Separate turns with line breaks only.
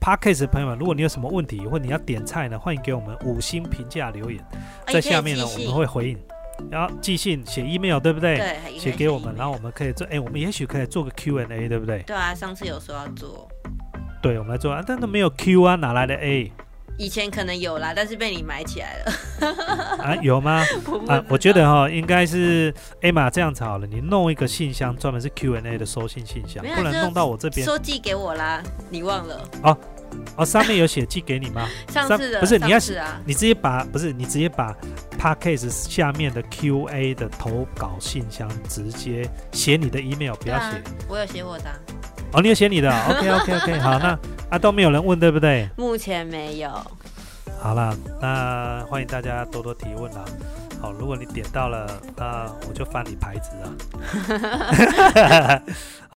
Podcast 的朋友们，如果你有什么问题或你要点菜呢，欢迎给我们五星评价留言，在
哎可以
下面呢
寄
我
信
们会回应，然后寄信写 email 对不对？
对，还
写给我们，
了。
然后我们可以做，哎，我们也许可以做个 Q&A 对不对？
对啊，上次有说要做，
对，我们来做啊，但都没有 Q 啊，哪来的 A
以前可能有啦，但是被你埋起来了。
啊？有吗？
我不
啊，我觉
知道
得哈，应该是 Emma 这样子好了，你弄一个信箱，专门是 Q&A 的收信信箱，
没有
不
就
然弄到我这边。
说寄给我啦，你忘了
哦，上面有写寄给你吗？
上
上
次的
不是你要
上次啊，
你直接把不是你直接把 Podcast 下面的 Q&A 的投稿信箱直接写你的 email，不
对
要
啊
写。，
我有写我的啊，
哦，你有写你的，OK OK OK，好，那啊都没有人问，对不对？
目前没有。
好啦，那欢迎大家多多提问啦。好，如 果你点到了，那我就翻你牌子啊。